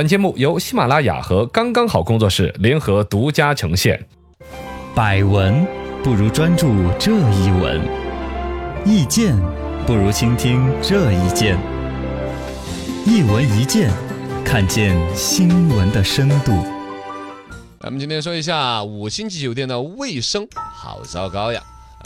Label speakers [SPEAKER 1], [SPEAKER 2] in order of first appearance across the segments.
[SPEAKER 1] 本节目由喜马拉雅和刚刚好工作室联合独家呈现。
[SPEAKER 2] 百闻不如专注这一闻，意见不如倾听这一见。一闻一见，看见新闻的深度。
[SPEAKER 3] 咱们今天说一下五星级酒店的卫生，好糟糕呀！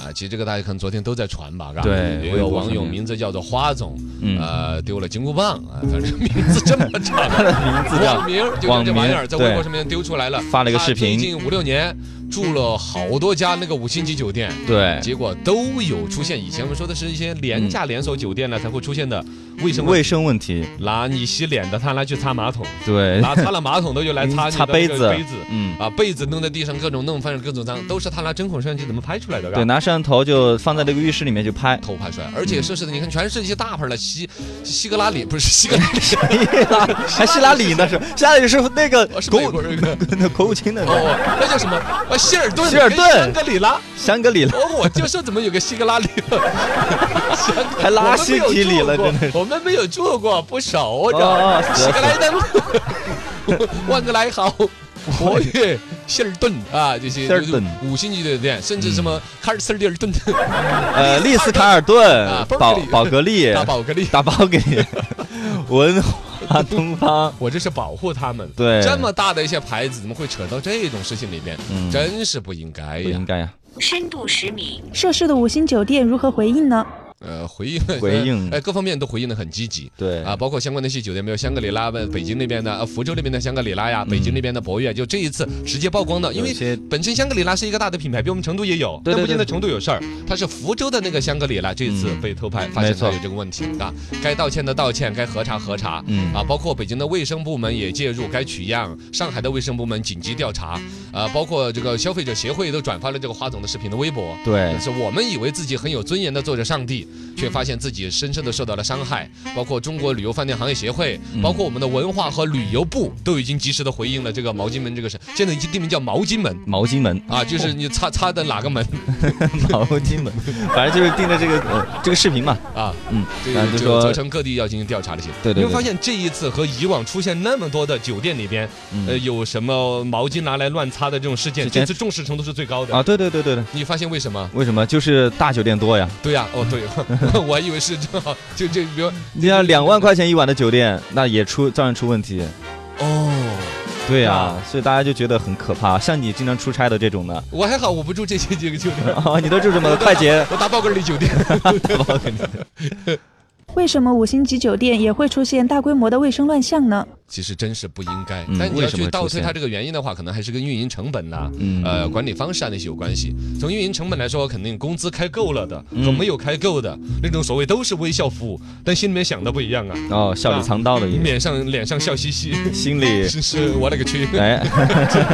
[SPEAKER 3] 啊，其实这个大家可能昨天都在传吧，是吧？
[SPEAKER 2] 对
[SPEAKER 3] 有一个
[SPEAKER 2] 微博
[SPEAKER 3] 网
[SPEAKER 2] 上
[SPEAKER 3] 友
[SPEAKER 2] 面
[SPEAKER 3] 名字叫做花总，
[SPEAKER 2] 嗯
[SPEAKER 3] 呃，丢了金箍棒啊，反正名字这么长，
[SPEAKER 2] 名字
[SPEAKER 3] 网名就跟这玩意
[SPEAKER 2] 啊网
[SPEAKER 3] 儿
[SPEAKER 2] 名
[SPEAKER 3] 在微
[SPEAKER 2] 对
[SPEAKER 3] 博上面丢出来了，
[SPEAKER 2] 发了一个视频
[SPEAKER 3] 他最近五六年住了好多家那个五星级酒店。
[SPEAKER 2] 对
[SPEAKER 3] 结果都有出现，以前我们说的是一些廉价连锁酒店呢才会出现的卫生问
[SPEAKER 2] 卫
[SPEAKER 3] 题，
[SPEAKER 2] 生问题，
[SPEAKER 3] 拿你洗脸的他拿去擦 马桶，
[SPEAKER 2] 对，
[SPEAKER 3] 拿擦了马桶的就来擦你
[SPEAKER 2] 擦
[SPEAKER 3] 的那
[SPEAKER 2] 杯
[SPEAKER 3] 个
[SPEAKER 2] 子
[SPEAKER 3] 杯子，
[SPEAKER 2] 嗯，
[SPEAKER 3] 啊，被子弄在地上各种弄，反正各种脏，都是他拿针孔摄像机怎么拍出来的？
[SPEAKER 2] 对，
[SPEAKER 3] 嘎。
[SPEAKER 2] 拿摄像头就放在那个浴室里面就拍
[SPEAKER 3] 偷拍出来，而且设施的，你看全是一些大牌的西西格拉里，不是西格拉 里，
[SPEAKER 2] 还希拉里呢是，希拉里是那个
[SPEAKER 3] 哦是
[SPEAKER 2] 国
[SPEAKER 3] 美国人的
[SPEAKER 2] 那国务 卿的
[SPEAKER 3] 哦，那叫什么？啊，希尔顿，
[SPEAKER 2] 希尔顿
[SPEAKER 3] 香格里拉，
[SPEAKER 2] 香格里拉，
[SPEAKER 3] 哦，我就说怎么有个西格拉 里了，香格
[SPEAKER 2] 还拉希提里了，真的是。
[SPEAKER 3] 我们没有住过，我们没有住过，不熟，知道
[SPEAKER 2] 哦
[SPEAKER 3] 吗？
[SPEAKER 2] 哦
[SPEAKER 3] 希格莱登， 万格莱豪。活跃希尔嗯顿啊，这些
[SPEAKER 2] 希尔顿
[SPEAKER 3] 五星级的店，甚至什么卡尔斯蒂尔顿，
[SPEAKER 2] 呃，丽思卡尔顿
[SPEAKER 3] 啊、
[SPEAKER 2] 宝
[SPEAKER 3] 宝格丽
[SPEAKER 2] 宝格丽、 打
[SPEAKER 3] 大宝格丽，
[SPEAKER 2] 包给 你，文华东方。
[SPEAKER 3] 我这是保护他们。
[SPEAKER 2] 对
[SPEAKER 3] 这么大的一些牌子，怎么会扯到这种事情里面？真是不应该
[SPEAKER 2] 嗯不
[SPEAKER 3] 呀
[SPEAKER 2] 应！该呀、
[SPEAKER 4] 深度十米，
[SPEAKER 5] 涉事的五星酒店如何回应呢？
[SPEAKER 3] 呃，回应
[SPEAKER 2] 回 应
[SPEAKER 3] 哎，各方面都回应的很积极。
[SPEAKER 2] 对
[SPEAKER 3] 啊，包括相关的一些酒店，没有香格里拉、北京那边的、呃福州那边的香格里拉呀，北京那边的博悦，就这一次直接曝光的，
[SPEAKER 2] 嗯
[SPEAKER 3] 因
[SPEAKER 2] 有
[SPEAKER 3] 为
[SPEAKER 2] 一些
[SPEAKER 3] 本身香格里拉是一个大的品牌，比我们成都也有，
[SPEAKER 2] 对对
[SPEAKER 3] 但不
[SPEAKER 2] 对
[SPEAKER 3] 见得成都有事儿。它是福州的那个香格里拉，这一次
[SPEAKER 2] 嗯
[SPEAKER 3] 被偷拍，发
[SPEAKER 2] 没
[SPEAKER 3] 现它
[SPEAKER 2] 错
[SPEAKER 3] 有这个问题啊，该道歉的道歉，该核查核查。
[SPEAKER 2] 嗯
[SPEAKER 3] 啊，包括北京的卫生部门也介入，该取样；上海的卫生部门紧急调查，啊，包括这个消费者协会都转发了这个花总的视频的微博。
[SPEAKER 2] 对
[SPEAKER 3] 但，是我们以为自己很有尊严的做着上帝，却发现自己深深的受到了伤害。包括中国旅游饭店行业协会，
[SPEAKER 2] 嗯
[SPEAKER 3] 包括我们的文化和旅游部，都已经及时的回应了这个毛巾门这个事。现在已经定名叫毛巾门
[SPEAKER 2] 毛巾门，
[SPEAKER 3] 啊，就是你擦擦的哪个门
[SPEAKER 2] 毛巾门，反正就是定的这个、呃、这个视频嘛。
[SPEAKER 3] 啊？
[SPEAKER 2] 嗯，
[SPEAKER 3] 这
[SPEAKER 2] 反正
[SPEAKER 3] 个
[SPEAKER 2] 就
[SPEAKER 3] 就
[SPEAKER 2] 说
[SPEAKER 3] 责成各地要进行调查了些。
[SPEAKER 2] 对对对
[SPEAKER 3] 你会发现这一次和以往出现那么多的酒店里边，
[SPEAKER 2] 嗯
[SPEAKER 3] 呃，有什么毛巾拿来乱擦的这种事件，
[SPEAKER 2] 之前
[SPEAKER 3] 这次重视程度是最高的。
[SPEAKER 2] 啊，对对对对对，
[SPEAKER 3] 你发现为什么？
[SPEAKER 2] 为什么？就是大酒店多呀。
[SPEAKER 3] 对呀、哦对， 我还以为是正好就这，比如
[SPEAKER 2] 你看两万块钱一晚的酒店，那也出照样出问题。
[SPEAKER 3] 哦。
[SPEAKER 2] 对呀、
[SPEAKER 3] 啊
[SPEAKER 2] 所以大家就觉得很可怕。像你经常出差的这种的，
[SPEAKER 3] 我还好，我不住这些这个酒店，
[SPEAKER 2] 啊，你都住什么快 捷？
[SPEAKER 3] 我打宝格丽酒店。
[SPEAKER 5] 为什么五星级酒店也会出现大规模的卫生乱象呢？
[SPEAKER 3] 其实真是不应该
[SPEAKER 2] 嗯，
[SPEAKER 3] 但你要
[SPEAKER 2] 为什么
[SPEAKER 3] 去
[SPEAKER 2] 会
[SPEAKER 3] 倒
[SPEAKER 2] 出
[SPEAKER 3] 推
[SPEAKER 2] 现
[SPEAKER 3] 它这个原因的话，可能还是跟运营成本呐、
[SPEAKER 2] 嗯
[SPEAKER 3] 呃管理方式啊那些有关系。从运营成本来说，肯定工资开够了的和没有开够的那种所谓都是微笑服务，但心里面想的不一样啊，
[SPEAKER 2] 哦，笑里藏刀的也，
[SPEAKER 3] 脸上脸上笑嘻嘻，
[SPEAKER 2] 心里
[SPEAKER 3] 是是，我勒个去，
[SPEAKER 2] 哎，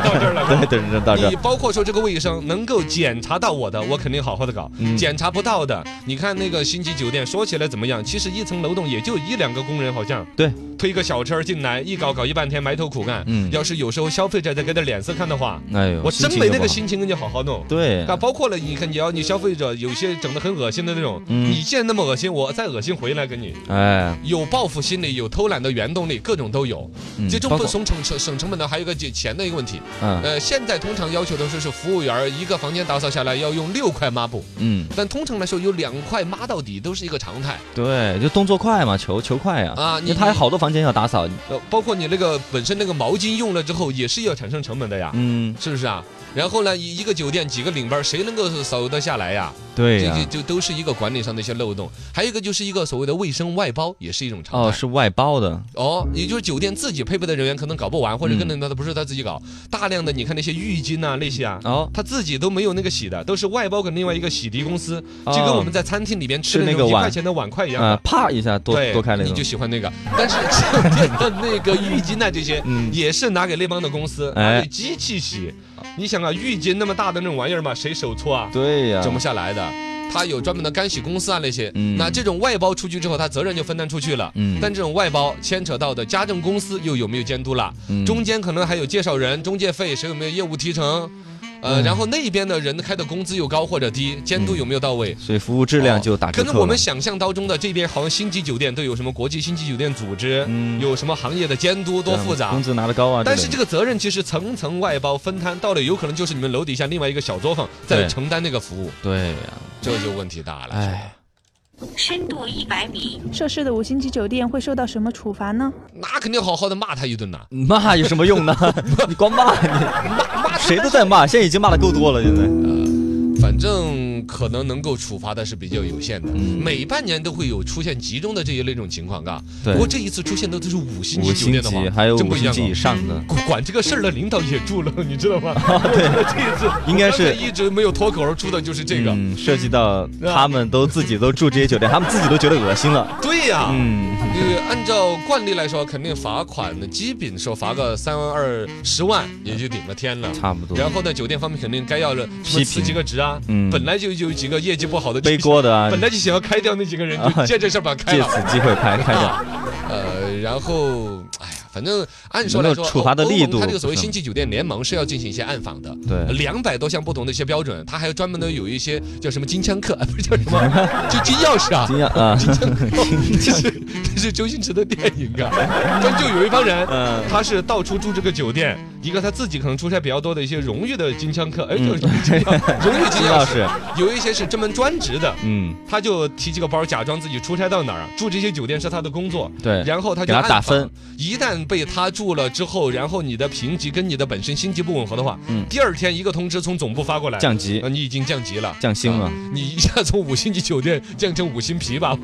[SPEAKER 3] 到这儿了。
[SPEAKER 2] 对，等着到这
[SPEAKER 3] 你
[SPEAKER 2] 儿，
[SPEAKER 3] 包括说这个卫生能够检查到我的，我肯定好好的搞。
[SPEAKER 2] 嗯
[SPEAKER 3] 检查不到的，你看那个星级酒店说起来怎么样？其实一层楼栋也就一两个工人，好像
[SPEAKER 2] 对，
[SPEAKER 3] 推个小车儿进来，一搞搞一半天，埋头苦干。
[SPEAKER 2] 嗯
[SPEAKER 3] 要是有时候消费者再给点脸色看的话，
[SPEAKER 2] 哎呦，
[SPEAKER 3] 我
[SPEAKER 2] 心
[SPEAKER 3] 真
[SPEAKER 2] 情
[SPEAKER 3] 没
[SPEAKER 2] 就
[SPEAKER 3] 那
[SPEAKER 2] 不
[SPEAKER 3] 个
[SPEAKER 2] 好。
[SPEAKER 3] 心情跟你好好弄。
[SPEAKER 2] 对，
[SPEAKER 3] 啊，包括了你看，你要你消费者有些整的很恶心的那种，
[SPEAKER 2] 嗯
[SPEAKER 3] 你现在那么恶心，我再恶心回来给你，
[SPEAKER 2] 哎，
[SPEAKER 3] 有报复心理，有偷懒的原动力，各种都有。
[SPEAKER 2] 嗯
[SPEAKER 3] 这种
[SPEAKER 2] 包
[SPEAKER 3] 不
[SPEAKER 2] 括
[SPEAKER 3] 省成成省成本的，还有一个节钱的一个问题，
[SPEAKER 2] 嗯
[SPEAKER 3] 呃，现在通常要求的说是服务员儿一个房间打扫下来要用六块抹布，
[SPEAKER 2] 嗯，
[SPEAKER 3] 但通常来说有两块抹到底都是一个常态。
[SPEAKER 2] 对，就动作快嘛，求求快呀！
[SPEAKER 3] 啊
[SPEAKER 2] 因
[SPEAKER 3] 你
[SPEAKER 2] 为他有好多房间要打扫，
[SPEAKER 3] 呃，包括你那个本身那个毛巾用了之后也是要产生成本的呀，
[SPEAKER 2] 嗯，
[SPEAKER 3] 是不是啊？然后呢，一一个酒店几个领班儿，谁能够扫得下来呀？
[SPEAKER 2] 对呀
[SPEAKER 3] 这，就就都是一个管理上的一些漏洞。还有一个就是一个所谓的卫生外包，也是一种常态。
[SPEAKER 2] 哦，是外包的，
[SPEAKER 3] 哦，也就是酒店自己配备的人员可能搞不完，或者
[SPEAKER 2] 嗯
[SPEAKER 3] 可能他不是他自己搞，大量的你看那些浴巾啊那些啊，
[SPEAKER 2] 哦
[SPEAKER 3] 他自己都没有那个洗的，都是外包给另外一个洗涤公司，
[SPEAKER 2] 哦
[SPEAKER 3] 就跟我们在餐厅里面吃
[SPEAKER 2] 是
[SPEAKER 3] 的
[SPEAKER 2] 那
[SPEAKER 3] 那
[SPEAKER 2] 个
[SPEAKER 3] 种一
[SPEAKER 2] 碗
[SPEAKER 3] 块钱的碗筷一样
[SPEAKER 2] 啊，
[SPEAKER 3] 的。
[SPEAKER 2] 啪一下多
[SPEAKER 3] 对，
[SPEAKER 2] 多开了一
[SPEAKER 3] 你就
[SPEAKER 2] 个，
[SPEAKER 3] 喜欢那个，但是酒店的那个浴巾啊，这些
[SPEAKER 2] 嗯
[SPEAKER 3] 也是拿给那帮的公司，
[SPEAKER 2] 哎
[SPEAKER 3] 拿给机器洗。你想啊，浴巾那么大的那种玩意儿嘛，谁手搓啊？
[SPEAKER 2] 对呀，
[SPEAKER 3] 整不下来的。他有专门的干洗公司啊那些，
[SPEAKER 2] 嗯
[SPEAKER 3] 那这种外包出去之后，他责任就分担出去了。
[SPEAKER 2] 嗯
[SPEAKER 3] 但这种外包牵扯到的家政公司又有没有监督啦？
[SPEAKER 2] 嗯
[SPEAKER 3] 中间可能还有介绍人、中介费，谁有没有业务提成？
[SPEAKER 2] 嗯
[SPEAKER 3] 呃，然后那边的人开的工资又高或者低，监督有没有到位？
[SPEAKER 2] 所以服务质量就打折
[SPEAKER 3] 哦可
[SPEAKER 2] 扣了。
[SPEAKER 3] 能我们想象当中的这边好像星级酒店都有什么国际星级酒店组织，
[SPEAKER 2] 嗯
[SPEAKER 3] 有什么行业的监督，多复杂
[SPEAKER 2] 工。资拿得高啊。
[SPEAKER 3] 但是
[SPEAKER 2] 之
[SPEAKER 3] 这
[SPEAKER 2] 类
[SPEAKER 3] 个责任其实层层外包分摊，到了有可能就是你们楼底下另外一个小作坊在
[SPEAKER 2] 对
[SPEAKER 3] 承担那个服务，
[SPEAKER 2] 的对呀，
[SPEAKER 3] 这就问题大了。
[SPEAKER 2] 哎，
[SPEAKER 6] 深度一百米，
[SPEAKER 5] 涉事的五星级酒店会受到什么处罚呢？
[SPEAKER 3] 那肯定好好的骂他一顿呐，
[SPEAKER 2] 骂有什么 用呢？你光骂你，谁都在骂，现在已经骂的够多了，现在。
[SPEAKER 3] 反正可能能够处罚的是比较有限的。
[SPEAKER 2] 嗯
[SPEAKER 3] 每半年都会有出现集中的这一类种情况，嘎。
[SPEAKER 2] 对
[SPEAKER 3] 不过这一次出现的都是五星级
[SPEAKER 2] 五
[SPEAKER 3] 酒
[SPEAKER 2] 星
[SPEAKER 3] 店的话
[SPEAKER 2] 级，还有
[SPEAKER 3] 真不
[SPEAKER 2] 五
[SPEAKER 3] 一
[SPEAKER 2] 星
[SPEAKER 3] 样
[SPEAKER 2] 级以
[SPEAKER 3] 啊
[SPEAKER 2] 上的，
[SPEAKER 3] 管管这个事儿的领导也住了，你知 道吗？对，这一次
[SPEAKER 2] 应该是
[SPEAKER 3] 我刚才一直没有脱口而出的就是这个。
[SPEAKER 2] 嗯，涉及到他们都自己都住这些酒店，他们自己都觉得恶心了。
[SPEAKER 3] 对呀、
[SPEAKER 2] 嗯，
[SPEAKER 3] 呃，按照惯例来说，肯定罚款的基本说罚个三万二十万也就顶了天了。
[SPEAKER 2] 差不多。
[SPEAKER 3] 然后呢，酒店方面肯定该要了什么
[SPEAKER 2] 批
[SPEAKER 3] 辞
[SPEAKER 2] 评
[SPEAKER 3] 几个职啊，
[SPEAKER 2] 嗯
[SPEAKER 3] 本来就有几个业绩不好的
[SPEAKER 2] 背锅的啊，
[SPEAKER 3] 本来就想要开掉那几个人，就借这事儿把他开
[SPEAKER 2] 借
[SPEAKER 3] 了。
[SPEAKER 2] 此机会开开掉。
[SPEAKER 3] 呃，然后，哎呀，反正按说来
[SPEAKER 2] 有没有
[SPEAKER 3] 说，
[SPEAKER 2] 处罚的
[SPEAKER 3] 欧
[SPEAKER 2] 力度
[SPEAKER 3] 欧盟它这个所谓
[SPEAKER 2] 不是
[SPEAKER 3] 星级酒店联盟是要进行一些暗访的，呃
[SPEAKER 2] 对
[SPEAKER 3] 两百多项不同的一些标准，它还有专门的有一些叫什么金枪客，啊 不是叫什么，就金钥匙啊
[SPEAKER 2] 惊。讶啊，
[SPEAKER 3] 这是这是周星驰的电影啊，专就有一帮人，
[SPEAKER 2] 嗯
[SPEAKER 3] 他是到处住这个酒店，一个他自己可能出差比较多的一些荣誉的金枪客，哎，就是荣誉金 钥荣誉
[SPEAKER 2] 嗯金
[SPEAKER 3] 金钥
[SPEAKER 2] 钥
[SPEAKER 3] 匙，有一些是专门专职的，
[SPEAKER 2] 嗯，
[SPEAKER 3] 他就提几个包，假装自己出差到哪儿，住这些酒店是他的工作，
[SPEAKER 2] 对，
[SPEAKER 3] 然后他
[SPEAKER 2] 给
[SPEAKER 3] 就
[SPEAKER 2] 他打
[SPEAKER 3] 暗访
[SPEAKER 2] 分，
[SPEAKER 3] 一旦被他住了之后，然后你的评级跟你的本身星级不吻合的话，
[SPEAKER 2] 嗯
[SPEAKER 3] 第二天一个通知从总部发过来，
[SPEAKER 2] 降级
[SPEAKER 3] 呃你已经降级了，
[SPEAKER 2] 降星了
[SPEAKER 3] 啊，你一下从五星级酒店降成五星皮吧，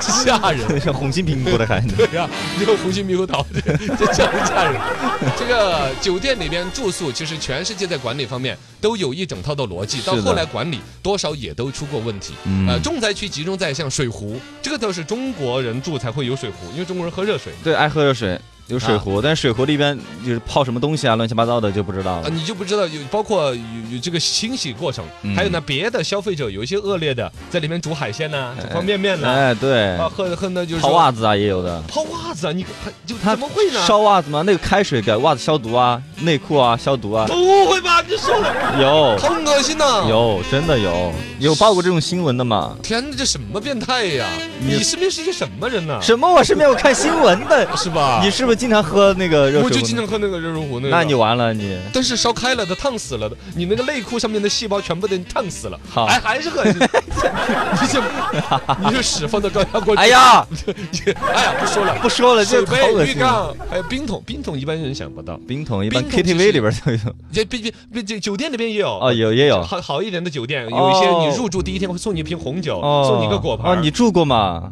[SPEAKER 3] 吓人。
[SPEAKER 2] 像 红心评估的还。
[SPEAKER 3] 对呀、你就红星猕猴桃，这这这样吓人。这个酒店里边住宿，其实全世界在管理方面都有一整套的逻辑，到
[SPEAKER 2] 是的
[SPEAKER 3] 后来管理多少也都出过问题。
[SPEAKER 2] 嗯
[SPEAKER 3] 呃，重灾区集中在像水壶，这个都是中国人住才会有水壶，因为中国人喝热水。
[SPEAKER 2] 对，爱喝热水，有水
[SPEAKER 3] 啊
[SPEAKER 2] 壶，但水壶里边就是泡什么东西啊，乱七八糟的就不知道
[SPEAKER 3] 啊，
[SPEAKER 2] 了。
[SPEAKER 3] 你就不知道有包括有有这个清洗过程，
[SPEAKER 2] 嗯
[SPEAKER 3] 还有呢，别的消费者有一些恶劣的，在里面煮海鲜呐、煮方便面呐、
[SPEAKER 2] 哎，对，
[SPEAKER 3] 啊，喝喝那就是
[SPEAKER 2] 泡袜子啊也有的。
[SPEAKER 3] 子，泡袜子啊，你还就
[SPEAKER 2] 他
[SPEAKER 3] 怎么会呢？
[SPEAKER 2] 烧袜子吗？那个开水给袜子消毒啊，内裤啊消毒啊，
[SPEAKER 3] 不会吧？你说的
[SPEAKER 2] 有
[SPEAKER 3] 好恶心呐、
[SPEAKER 2] 有，真的有有报过这种新闻的嘛？
[SPEAKER 3] 天哪，这什么变态呀！
[SPEAKER 2] 你
[SPEAKER 3] 你身边是些什么人呢？
[SPEAKER 2] 什么？我身边有看新闻的，
[SPEAKER 3] 啊是吧？
[SPEAKER 2] 你是不是经常喝那个热水壶
[SPEAKER 3] 我
[SPEAKER 2] 呢？
[SPEAKER 3] 就经常喝那个热水壶那个。
[SPEAKER 2] 那你完了你。
[SPEAKER 3] 但是烧开了的，烫死了的，你那个内裤上面的细胞全部都烫死了，哎
[SPEAKER 2] 好
[SPEAKER 3] 还还是恶心。 你这，你这屎放到高压锅里。
[SPEAKER 2] 哎呀，
[SPEAKER 3] 哎呀，不说了，
[SPEAKER 2] 不说了，这
[SPEAKER 3] 水
[SPEAKER 2] 个好恶
[SPEAKER 3] 杯、浴
[SPEAKER 2] 心啊。
[SPEAKER 3] 缸，还有冰桶，冰桶一般人想不到，
[SPEAKER 2] 冰桶一般
[SPEAKER 3] 冰桶其实
[SPEAKER 2] KTV 里边都有，
[SPEAKER 3] 这毕竟毕竟酒店那边也有
[SPEAKER 2] 哦，有也有。
[SPEAKER 3] 好好一点的酒店，
[SPEAKER 2] 哦
[SPEAKER 3] 有一些你入住第一天会送你一瓶红酒，
[SPEAKER 2] 哦，
[SPEAKER 3] 送你一个果盘。
[SPEAKER 2] 哦，你住过吗？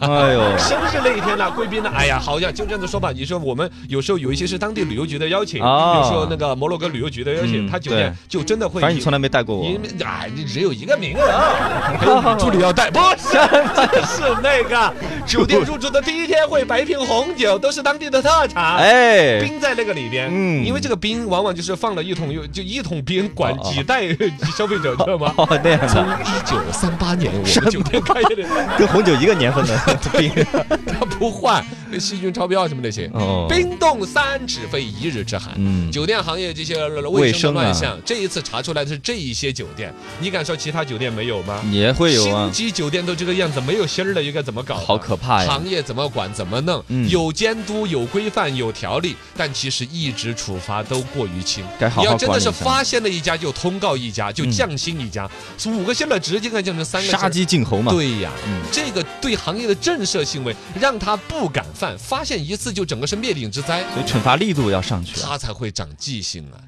[SPEAKER 2] 哎 呦，
[SPEAKER 3] 生日那一天呢，贵宾呢，哎呀，好呀，就这样子说吧。你说我们有时候有一些是当地旅游局的邀请，
[SPEAKER 2] 哦
[SPEAKER 3] 有时候那个摩洛哥旅游局的邀请，
[SPEAKER 2] 嗯
[SPEAKER 3] 他酒店
[SPEAKER 2] 对
[SPEAKER 3] 就真的会。
[SPEAKER 2] 反正你从来没带过我。
[SPEAKER 3] 你哎，你只有一个名额，还有你助理要带，不是，是那个酒店入住的第一天会摆一瓶红酒，都是当地的特产。
[SPEAKER 2] 哎，
[SPEAKER 3] 冰在那个里边，嗯，
[SPEAKER 2] 嗯
[SPEAKER 3] 因为这个冰往往就是放了一桶，又就一桶冰管
[SPEAKER 2] 哦哦
[SPEAKER 3] 几代消费者，知道吗？
[SPEAKER 2] 哦那样
[SPEAKER 3] 从
[SPEAKER 2] 的，
[SPEAKER 3] 一九三八年我们酒店开业的，
[SPEAKER 2] 跟红酒一个年份 的冰。
[SPEAKER 3] 他不换细菌超标什么那些。
[SPEAKER 2] 哦，
[SPEAKER 3] 冰冻三尺非一日之寒。
[SPEAKER 2] 嗯，
[SPEAKER 3] 酒店行业这些卫
[SPEAKER 2] 卫
[SPEAKER 3] 生
[SPEAKER 2] 生
[SPEAKER 3] 的
[SPEAKER 2] 啊
[SPEAKER 3] 乱象，这一次查出来的是这一些酒店，你敢说其他酒店没有吗？
[SPEAKER 2] 也会有啊
[SPEAKER 3] 星，级酒店都这个样子，没有芯儿的又该怎么搞？
[SPEAKER 2] 好可怕呀！
[SPEAKER 3] 行业怎么管怎么弄？
[SPEAKER 2] 嗯
[SPEAKER 3] 有监督、有规范、有条例，但其实一直处罚都过于轻。
[SPEAKER 2] 该好
[SPEAKER 3] 你要
[SPEAKER 2] 好
[SPEAKER 3] 真的
[SPEAKER 2] 管理
[SPEAKER 3] 是
[SPEAKER 2] 一下。
[SPEAKER 3] 发现了一家就通告一家，就
[SPEAKER 2] 嗯
[SPEAKER 3] 降薪一家，五个星了直接给它降成三个星
[SPEAKER 2] 杀鸡儆猴嘛，
[SPEAKER 3] 对呀，
[SPEAKER 2] 嗯
[SPEAKER 3] 这个对行业的震慑行为，让他不敢犯，发现一次就整个是灭顶之灾，
[SPEAKER 2] 所以惩罚力度要上去啊。
[SPEAKER 3] 他才会长记性啊。